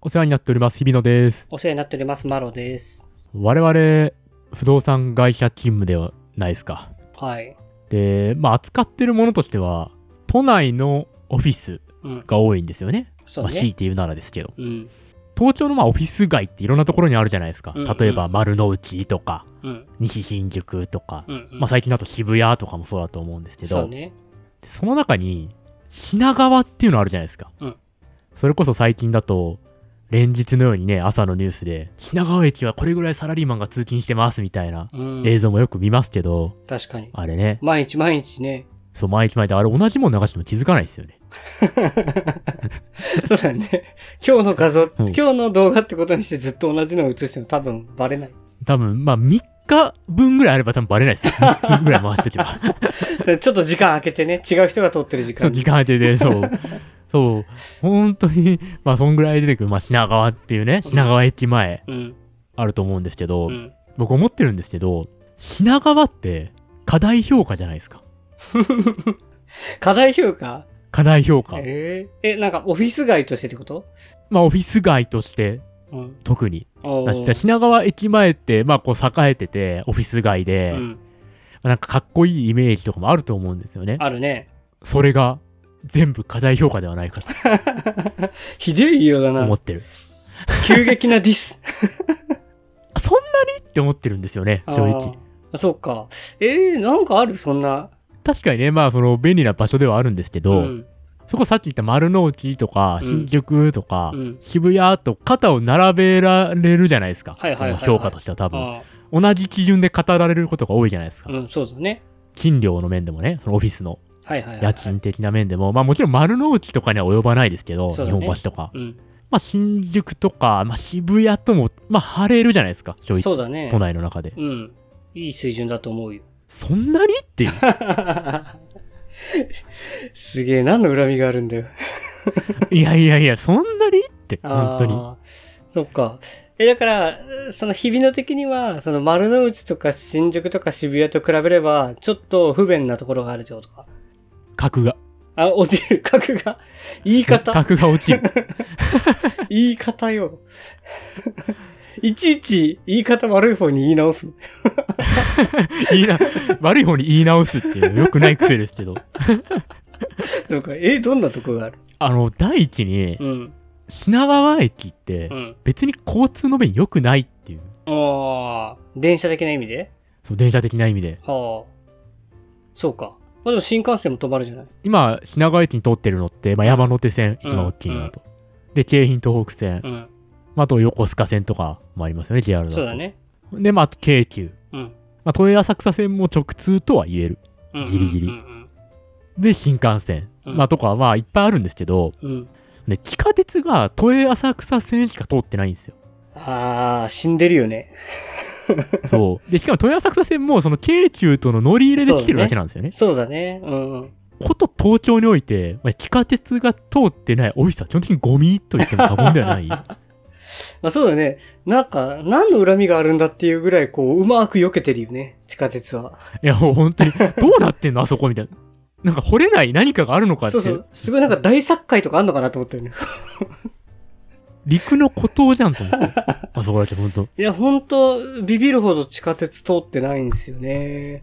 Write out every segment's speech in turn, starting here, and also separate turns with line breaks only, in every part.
お世話になっております、日比野です。
お世話になっております、マロです。
我々、不動産会社勤務ではないですか。
はい。
で、まあ、扱ってるものとしては、都内のオフィス
うん。
が多いんですよね。
そう
まあ、強
ね。
いて言うならですけど。
うん。
東京のまあオフィス街っていろんなところにあるじゃないですか。
うんうん
例えば、丸の内とか、
うん。
西新宿とか、
うん。
まあ、最近だと渋谷とかもそうだと思うんですけど、
そうね。
でその中に品川っていうのあるじゃないですか、
うん
それこそ最近だと連日のようにね朝のニュースで品川駅はこれぐらいサラリーマンが通勤してますみたいな
うん。
映像もよく見ますけど、
確かに。
あれね
毎日毎日ね。
そう毎日毎日あれ同じもの流しても気づかないですよね
そうだね。今日の画像、
うん
今日の動画ってことにしてずっと同じのを映しても多分バレない。
多分まあ3日分ぐらいあれば多分バレないですよ3つぐらい回しとけば
ちょっと時間空けてね、違う人が撮ってる時
そう
間。
時間空いててそうそう本当にまあそんぐらい出てくる、まあ、品川っていうね品川駅前
うん。
あると思うんですけど、
うん。
僕思ってるんですけど品川って過大評価じゃないですか
課題評価
過大評価
えーえ、なんかオフィス街としてってこと
まあオフィス街として
うん。
特に
お
だしだ
ー
し品川駅前ってまあこう栄えててオフィス街で、
うん。
なんかかっこいいイメージとかもあると思うんですよね
あるね。
それが全部過大評価ではないかと
ひでえようだ
思
な
っ。てる、
急激なディス。
あそんなにって思ってるんですよね正直
あー。そうか。えー、なんかあるそんな。
確かにねまあその便利な場所ではあるんですけど、
ん。
そこさっき言った丸の内とか
うん
新宿とか、
うん。
渋谷と肩を並べられるじゃないですか、
はいはいはいはい
その評価としては多分
あ
同じ基準で語られることが多いじゃないですか、
あ、うん、そうだね。
賃料の面でもねそのオフィスの
はいはいはい、は
家
い。
賃的な面でも、まあもちろん丸の内とかには及ばないですけど、
そう
日
だね
本橋とか
うん。
まあ新宿とか、まあ、渋谷ともまあ晴れるじゃないですか正直
そうだね。
都内の中で
うん。いい水準だと思うよ。
そんなにっていう
すげえ、何の恨みがあるんだよ。
いやいやいやそんなにって本
ああ
当に
そっか。え、だから、その日々の的には、その丸の内とか新宿とか渋谷と比べれば、ちょっと不便なところがあるってことか。
格が
あ、おてる、格が。言い方。
格が落ちる
言い方よ。 いちいち言い方悪い方に言い直すの。
言いな悪い方に言い直すっていうよくない癖ですけど
なんか、え、どんなとこがある
あの第一に
うん。
品川駅って
うん。
別に交通の便良くないっていう
ああ、電車的な意味で
その電車的な意味で
はあ。そうか。まあでも新幹線も止まるじゃない
今品川駅に通ってるのって、まあ、山手線一番大きいなと、で京浜東北線、
うん。
まあ、あと横須賀線とかもありますよね JR だと
そうだね。
でまああと京急、
うん。
まあ、都営浅草線も直通とは言える
うん
ギリギリ
うんうん
で新幹線、
うん
まあ、とかはまあいっぱいあるんですけど
うん。うん
で地下鉄が都営浅草線しか通ってないんですよ
ああ、死んでるよね。
そうでしかも都営浅草線もその京急との乗り入れで来てるだけなんですよね
そうだね。うん。
こと東京において、まあ、地下鉄が通ってないオフィスは基本的にゴミと言っても過言では ない
まあそうだね。なんか、何の恨みがあるんだっていうぐらい、こう、うまく避けてるよね。地下鉄は。
いやもう本当にどうなってんのあそこみたいななんか掘れない何かがあるのかって
そうそう。すごいなんか大作界とかあんのかなと思ったよね。
陸の孤島じゃんと思 ってあそこだけ本当
いや、ほんと、ビビるほど地下鉄通ってないんですよね。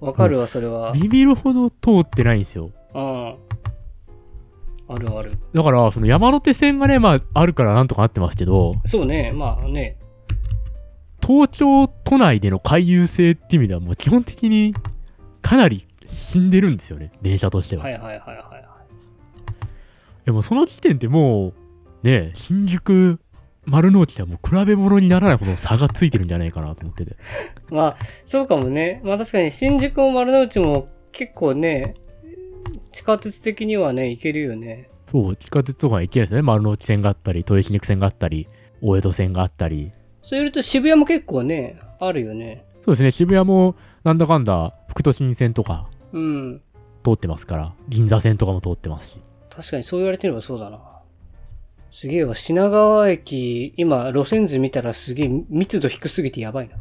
わかるわ、それは。
ビビるほど通ってないんですよ
うん。あるある。
だからその山手線がねまああるからなんとかなってますけど
そうね、まあね。
東京都内での回遊性っていう意味ではもう基本的にかなり死んでるんですよね電車としては、
はいはいはいはいは
でもその時点でもうね新宿丸の内ではもう比べ物にならないほどの差がついてるんじゃないかなと思ってて
い。まあ、そうかもね。まあ確かに新宿も丸の内も結構ね、地下鉄的にはね、行けるよね。
そう地下鉄とか行けないですよね丸の内線があったり豊石陸線があったり大江戸線があったり
そういうと渋谷も結構ね、あるよね。
そうですね渋谷もなんだかんだ副都心線とか
うん。
通ってますから銀座線とかも通ってますし
確かにそう言われてればそうだな。すげえわ、品川駅、今、路線図見たらすげえ密度低すぎてやばいな。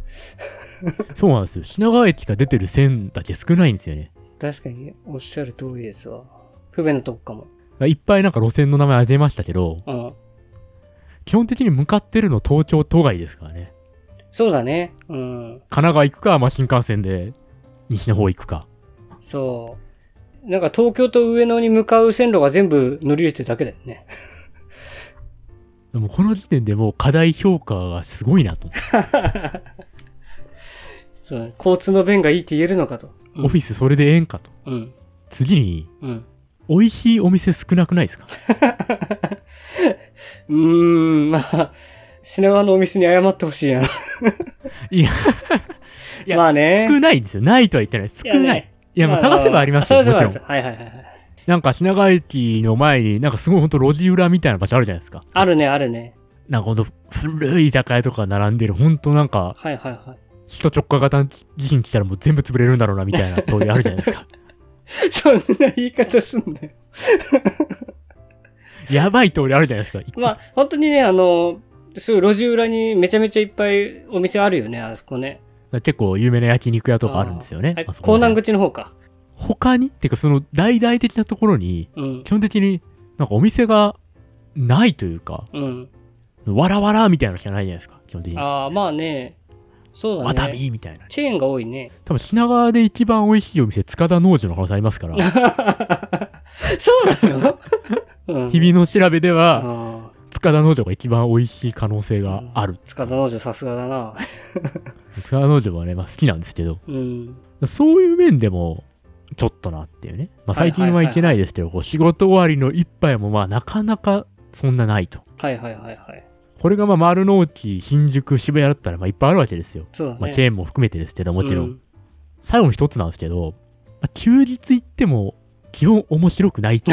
そうなんですよ品川駅が出てる線だけ少ないんですよね
確かに、おっしゃる通りですわ。不便なとこかも。
いっぱいなんか路線の名前あげましたけど、
うん。
基本的に向かってるの東京都外ですからね。
そうだね。うん。
神奈川行くか、まあ、新幹線で西の方行くか。
そう。なんか東京と上野に向かう線路が全部乗り入れてるだけだよね。
でもこの時点でもう課題評価がすごいなと思って。
そうだね交通の便がいいって言えるのかと。うん
オフィスそれでええんかと。
うん。
次に、
うん。
美味しいお店少なくないですか
うーん、まあ、品川のお店に謝ってほしいな。
いや、いや
まあね。
少ないんですよ。ないとは言ってない。少ない。いや、
ね
まあ探せばありますよ。
探せ
もち
ばあ
ろ
る
ん
じゃ。ん。はいはいはいはい。
なんか品川駅の前に、なんかすごい本当路地裏みたいな場所あるじゃないですか。
あるね、あるね。
なんかほんと古い居酒屋とか並んでる、ほんとなんか、
はいはいは
首都直下型地震来たらもう全部潰れるんだろうなみたいな通りあるじゃないです か。
い。そんな言い方すんなよ。
やばい通りあるじゃないですか。
まあ、本当にね、あの、すごい路地裏にめちゃめちゃいっぱいお店あるよね、あそこね。
結構有名な焼肉屋とかあるんですよね。
はい
あそこ
港
ら
南
辺
口の方か。
他にっていうかその大々的なところに、
うん
基。本的になんかお店がないというか、
うん。
わらわらみたいなのしかないじゃないですか。基本的に。
ああ、まあね。そうだね。
わたびみたいな。
チェーンが多いね。
多分品川で一番美味しいお店、塚田農場の可能性ありますから。
そうなの、うん、
日々の調べでは、
あ
塚田農場が一番美味しい可能性がある。
ー塚田農場さすがだな。
塚田農場はね、まあ、好きなんですけど、
うん。
そういう面でも、ちょっとなっていうね。まあ、
はい
最近は行けないですけど、こう仕事終わりの一杯も、まあ、なかなかそんなないと。
はいはいはいはい。
これが、まあ、丸の内、新宿、渋谷だったら、まあ、いっぱいあるわけですよ。
そうだね。
まあ、チェーンも含めてですけど、もちろん。
うん
最後の一つなんですけど、まあ、休日行っても、基本面白くないと。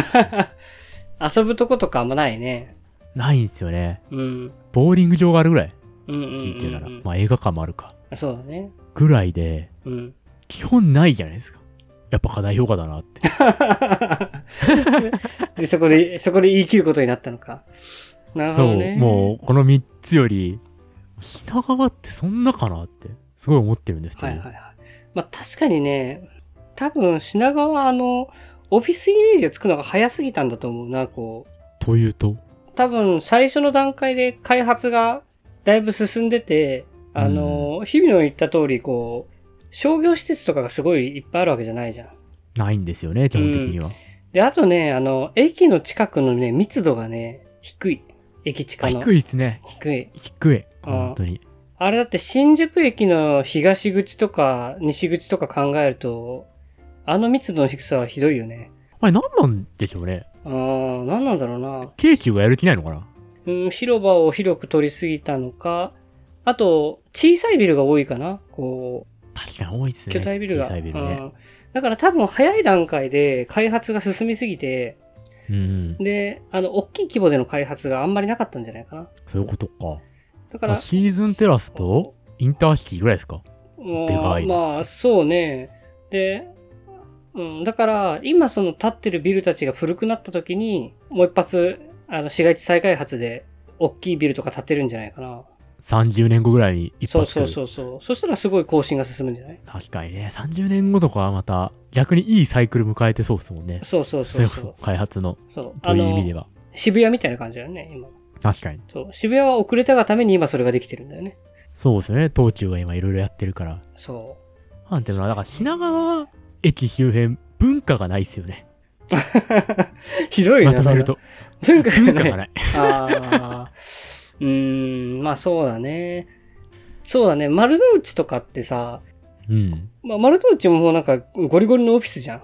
遊ぶとことかあんまないね。
ないんですよね。
うん。
ボーリング場があるぐらい、
うんうんうん、うん。
強いて言うなら。まあ、映画館もあるか。
そうだね。
ぐらいで、
うん。
基本ないじゃないですか。やっぱ課題評価だなって。
で、そこで、そこで言い切ることになったのか。なるほ
そ
ど
う、
ね。
もうこの3つより、品川ってそんなかなって、すごい思ってるんですけど、
はいはいはい。まあ確かにね、多分品川はあの、オフィスイメージがつくのが早すぎたんだと思うな、こう。
というと、
多分最初の段階で開発がだいぶ進んでて、あの、日々の言った通り、こう、商業施設とかがすごいいっぱいあるわけじゃないじゃん。
ないんですよね、基本的には。
で、あとね、あの、駅の近くのね、密度がね、低い。駅近
あ
の。
低いですね。
低い。
低い。
うん
本当に。
あれだって新宿駅の東口とか西口とか考えると、あの密度の低さはひどいよね。
あれ何なんでしょうね。
あー、何なんだろうな。
京急がやる気ないのかな
うん、広場を広く取りすぎたのか、あと、小さいビルが多いかな。こ
確かに多いです
う、
ね。
巨大ビルが。
小さいビル
う
ね。
んだから多分早い段階で開発が進みすぎて、
うん。
で、あの、大きい規模での開発があんまりなかったんじゃないかな。
そういうことか。
だか
まあ
ら、
シーズンテラスとインターシティぐらいですか
もう
でかい
まあ、そうね。で、うん、だから、今その立ってるビルたちが古くなった時に、もう一発、あの、市街地再開発で、大きいビルとか建てるんじゃないかな。
?30 年後ぐらいに一
そう
発
そう
来る
そうそう。そしたらすごい更新が進むんじゃない
確かにね30年後とかはまた逆にいいサイクル迎えてそうですもんね
そうそう
そ
そう
れ
そう
こ。そ開発の
そう。
と
あ
いう意味で
の、
は
渋谷みたいな感じだよね、今。
確かに
そう。渋谷は遅れたがために今それができてるんだよね。
そうですよね東急が今いろいろやってるから
そ
なんていうのかなだから品川駅周辺文化がないですよね
う。ひどいな。
まとめると
文化
文
が
化
ない
が。 ない
ああ。うーん、まあそうだね。そうだね。丸の内とかってさ、
うん
まあ、丸の内ももうなんかゴリゴリのオフィスじゃん。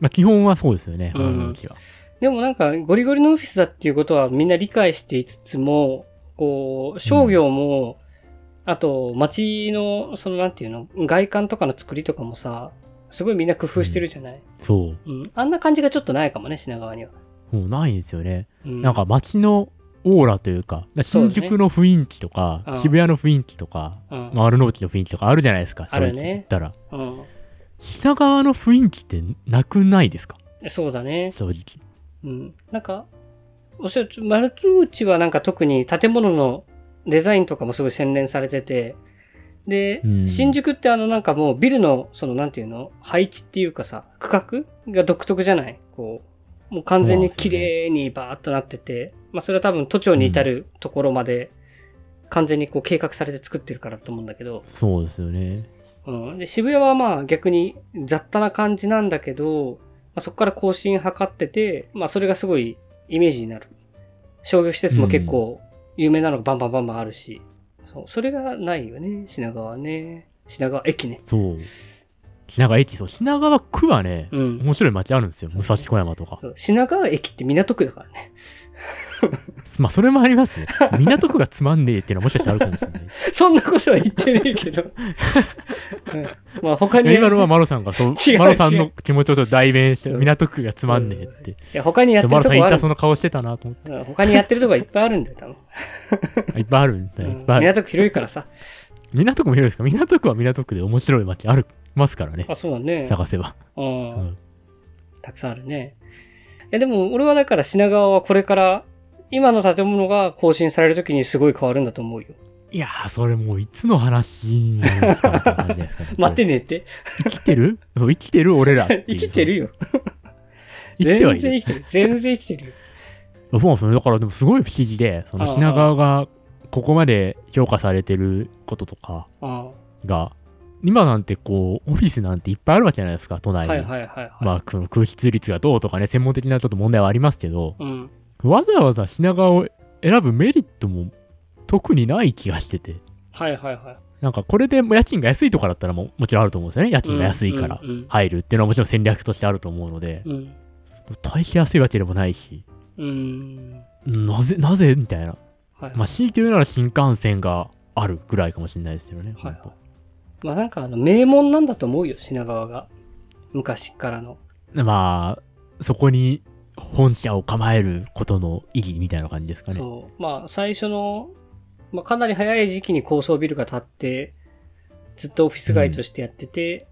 まあ基本はそうですよね
うん
丸の内は
でもなんかゴリゴリのオフィスだっていうことはみんな理解していつつも、こう、商業も、あと街の、そのなんていうの、外観とかの作りとかもさ、すごいみんな工夫してるじゃない、
そう
うん、あんな感じがちょっとないかもね、品川には。
もうないですよね
う
なん、か街のオーラというか
そう
新
ですね
宿の雰囲気とか
うん
渋谷の雰囲気とか
うん、
丸の内の雰囲気とかあるじゃないですか
あるね
正直言ったら
うん。
品川の雰囲気ってなくないですか
そうだね。
正直
うん。なんか、おっしゃる、丸の内はなんか特に建物のデザインとかもすごい洗練されてて、で、
うん
新宿ってあのなんかもうビルの、そのなんていうの、配置っていうかさ、区画が独特じゃないこう、もう完全に
そうなんです
綺
よね
麗にバーっとなってて、まあそれは多分都庁に至るところまで完全にこう計画されて作ってるからだと思うんだけど、
そうですよね。
うん、で渋谷はまあ逆に雑多な感じなんだけど、まあ、そこから更新測ってて、まあそれがすごいイメージになる。商業施設も結構有名なのがバンバンバンバンあるし、そうそれがないよね、品川ね。品川駅ね。
そう。品川駅、そう。品川区はね、
うん。
面白い街あるんですよ。
そう
武蔵小山とか。
そう品川駅って港区だからね。
まあ、それもありますね。港区がつまんねえっていうのはもしかしたらあるかもしれ ない。
そんなことは言ってねえ けど。うんまあ他に、
今のはマロさんが、そう
違う、
マロさんの気持ちをちょっと代弁して、
違う
港区がつまんねえって。
いや他にやって
マロ
ると
さん、
こあ
痛
る
そうな顔してたなと思っ
うん。他にやってるとこはいっぱいあるんだよ、多分。
て。いっぱいあるんだよ。いっぱいある。
港区広いからさ。
港区も広いですか港区は港区で面白い街ありますからね。
あ、そうだね。
探せば。
うん
うん
たくさんあるね。え、でも俺はだから品川はこれから、今の建物が更新されるときにすごい変わるんだと思うよ。、
いやー、それもういつの話になるんですかみたいな感じじゃないですか、ね
待って ねって。
生きてるそう生きてる俺らっていう。
生きてるよ。
生きてはい
全然
る。
生きてる。全然生きてるよ。
そうそうだからでもすごい不思議で、その
ああ
品川がここまで評価されてることとか
あ
が、今なんてこう、オフィスなんていっぱいあるわけじゃないですか、都内
あ
に。
はいはいはいはい。
まあ、この空室率がどうとかね、専門的なちょっと問題はありますけど、
うん。
わざわざ品川を選ぶメリットも特にない気がしてて、
はいはいはい。
なんかこれでもう家賃が安いとかだったらもうもちろんあると思うんですよね、家賃が安いから。
うんうん
入るっていうのはもちろん戦略としてあると思うので、
うん。
大して安いわけでもないし、
うん。うん
なぜ、なぜみたいな。
はい。
まあ、強いて言うなら新幹線があるぐらいかもしれないですよね。
はい
ほんと
まあなんかあの、名門なんだと思うよ、品川が。昔からの。
まあ、そこに本社を構えることの意義みたいな感じですかね。
そう。まあ、最初の、まあ、かなり早い時期に高層ビルが建って、ずっとオフィス街としてやってて、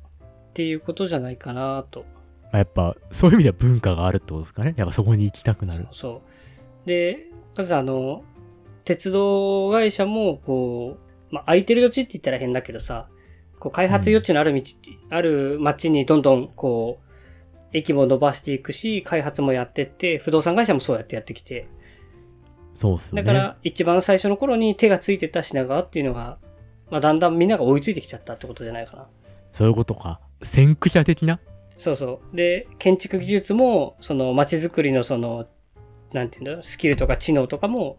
っていうことじゃないかなと。
まあ、やっぱ、そういう意味では文化があるってことですかね。やっぱそこに行きたくなる。
そう。で、かつあの、鉄道会社も、こう、まあ、空いてる余地って言ったら変だけどさ、こう、開発余地のある道って、ある街にどんどん、こう、駅も伸ばしていくし、開発もやってって、不動産会社もそうやってやってきて、
そうですよね。
だから一番最初の頃に手がついてた品川っていうのが、まあ、だんだんみんなが追いついてきちゃったってことじゃないかな。
そういうことか。先駆者的な
そうそう。で、建築技術も、その街づくりのその、なんていうんだろう、スキルとか知能とかも、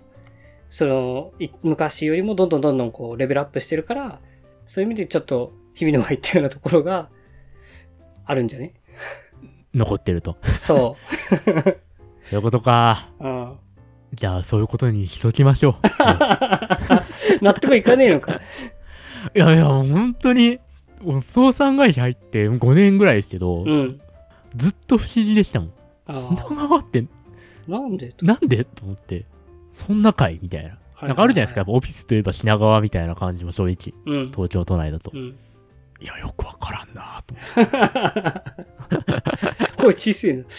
その、い昔よりもどんどんどんどんこうレベルアップしてるから、そういう意味でちょっと日々のが言ったようなところがあるんじゃね
残ってると。
そ
そういうことか。
う。うん。
じゃあ、そういうことにしときましょう。
納得いかねえのか。
いやいや、本当に、俺不動産会社入って5年ぐらいですけど、
うん。
ずっと不思議でしたもん。
あ
品
ー
川って
なんで
なんでと思って、そんなかいみたいな。なんかあるじゃないですか、やっ。ぱオフィスといえば品川みたいな感じも正直、
うん。
東京都内だと
う。ん。
いや、よくわからんなぁと思っ
声小さいの。
て。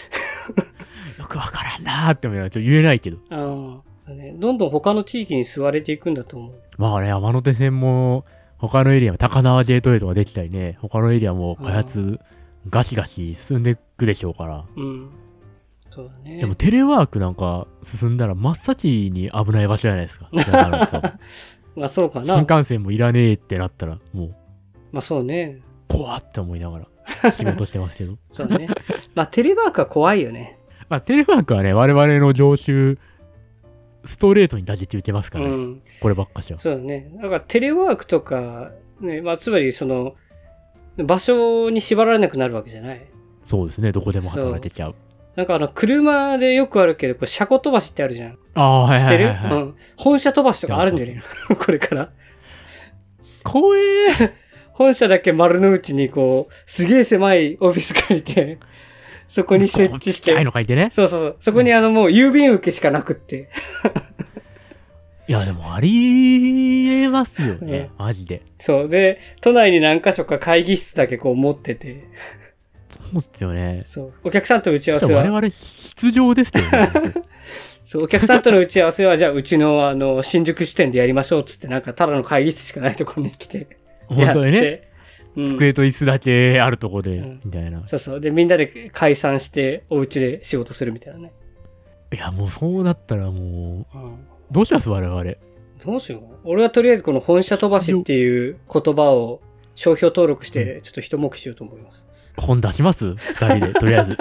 よくわからんなぁって思いながら、ちょっと言えないけど。
ああ、ね。どんどん他の地域に吸われていくんだと思う。
まあね、山手線も、他のエリアも高輪ゲートウェイとかできたりね、他のエリアも開発ガシガシ進んでいくでしょうから。
うん。そうだね。
でもテレワークなんか進んだら真っ先に危ない場所じゃないですか。だから多分
まあそうか
新
な。
幹線もいらねえってなったら、もう、
まあそうね。
怖って思いながら仕事してますけど。
そうだね。 まあテレワークは怖いよね。
まあ、テレワークはね、我々の常習、ストレートに打撃受けますか
う
らね、
ん。
こればっかしは。
そうだね。だからテレワークとか、ね、まあつまりその、場所に縛られなくなるわけじゃない。
そうですね、どこでも働けちゃう。
なんかあの、車でよくあるけど、こう、車庫飛ばしってあるじゃん。
ああ、はい
知っ
は
て
い
る、
はい、はい
うん。本社飛ばしとかあるんじゃねえのこれから。
怖え
本社だけ丸の内にこう、すげえ狭いオフィス借りて、そこに設置し
ちっちゃい
て、
の書いてね。
そうそうそう、そこにあのもう郵便受けしかなくって。
いや、でもありえますよね、マジで。
そう。で、都内に何箇所か会議室だけこう持ってて、
そうっすよね。
そう。お客さんと打ち合わ
我
せは、
々必要ですけどね。
そう、お客さんとの打ち合わせは、じゃあうちのあの、新宿支店でやりましょうっつって、なんかただの会議室しかないところに来て、
本当に
やっ
ね。
てうん
机と椅子だけあるとこで、
うん
みたいな
そうそう。で、みんなで解散して、お家で仕事するみたいなね。
いやもうそうなったらもう
うん。
どうします我々
どうしようかな俺はとりあえずこの本社飛ばしっていう言葉を商標登録して、ちょっと一目しようと思います。
本出します2人で とりあえず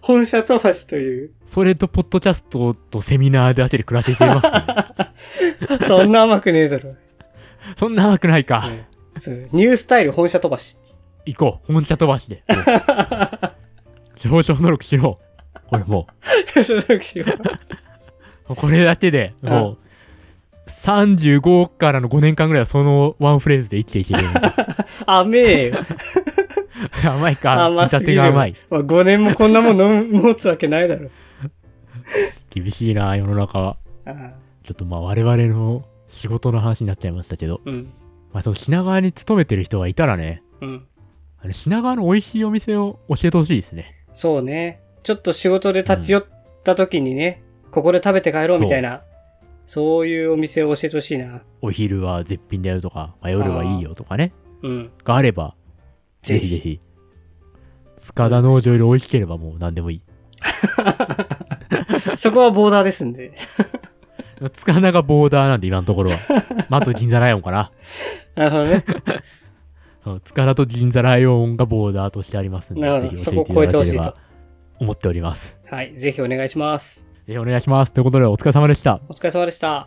本社飛ばしという、
それとポッドキャストとセミナーであたり暮らしていけます か、
そんな甘くねえだろ。
そんな甘くないか、
ねそうニュースタイル本社飛ば し。
行こう本社飛ばしでもう表彰登録しろこれも
一目しよう
うこれだけでもう35からの5年間ぐらいはそのワンフレーズで生きていける
甘えよ。
甘いか
甘
見
す
立て
ぎる。
が甘い
まあ5年もこんなもん飲む持つわけないだろ。
厳しいな世の中は
ああ
ちょっとまあ我々の仕事の話になっちゃいましたけど、
うん。
まあ、ちょっと品川に勤めてる人がいたらね
うん。
あの品川の美味しいお店を教えてほしいですね
そうね。ちょっと仕事で立ち寄った時にね、ここで食べて帰ろうみたいな、そういうお店を教えてほしいな。
お昼は絶品だよとか、まあ、夜はいいよとかね
うん。
があればぜひぜひ塚田農場より美味しければもう何でもいい
そこはボーダーですんで。
塚田がボーダーなんで今のところはまああと銀座ライオンかな
なるほどね。
うん塚田と銀座ライオンがボーダーとしてありますんで
なる
ぜ
ほど。
ひ
そ
教
こ
えて
を
い
超
ただ
えてほ
け
し
れ
い
ば
と。
思っております
はい。ぜひお願いします。
ぜひお願いしますということでお疲れ様でした
お疲れ様でした。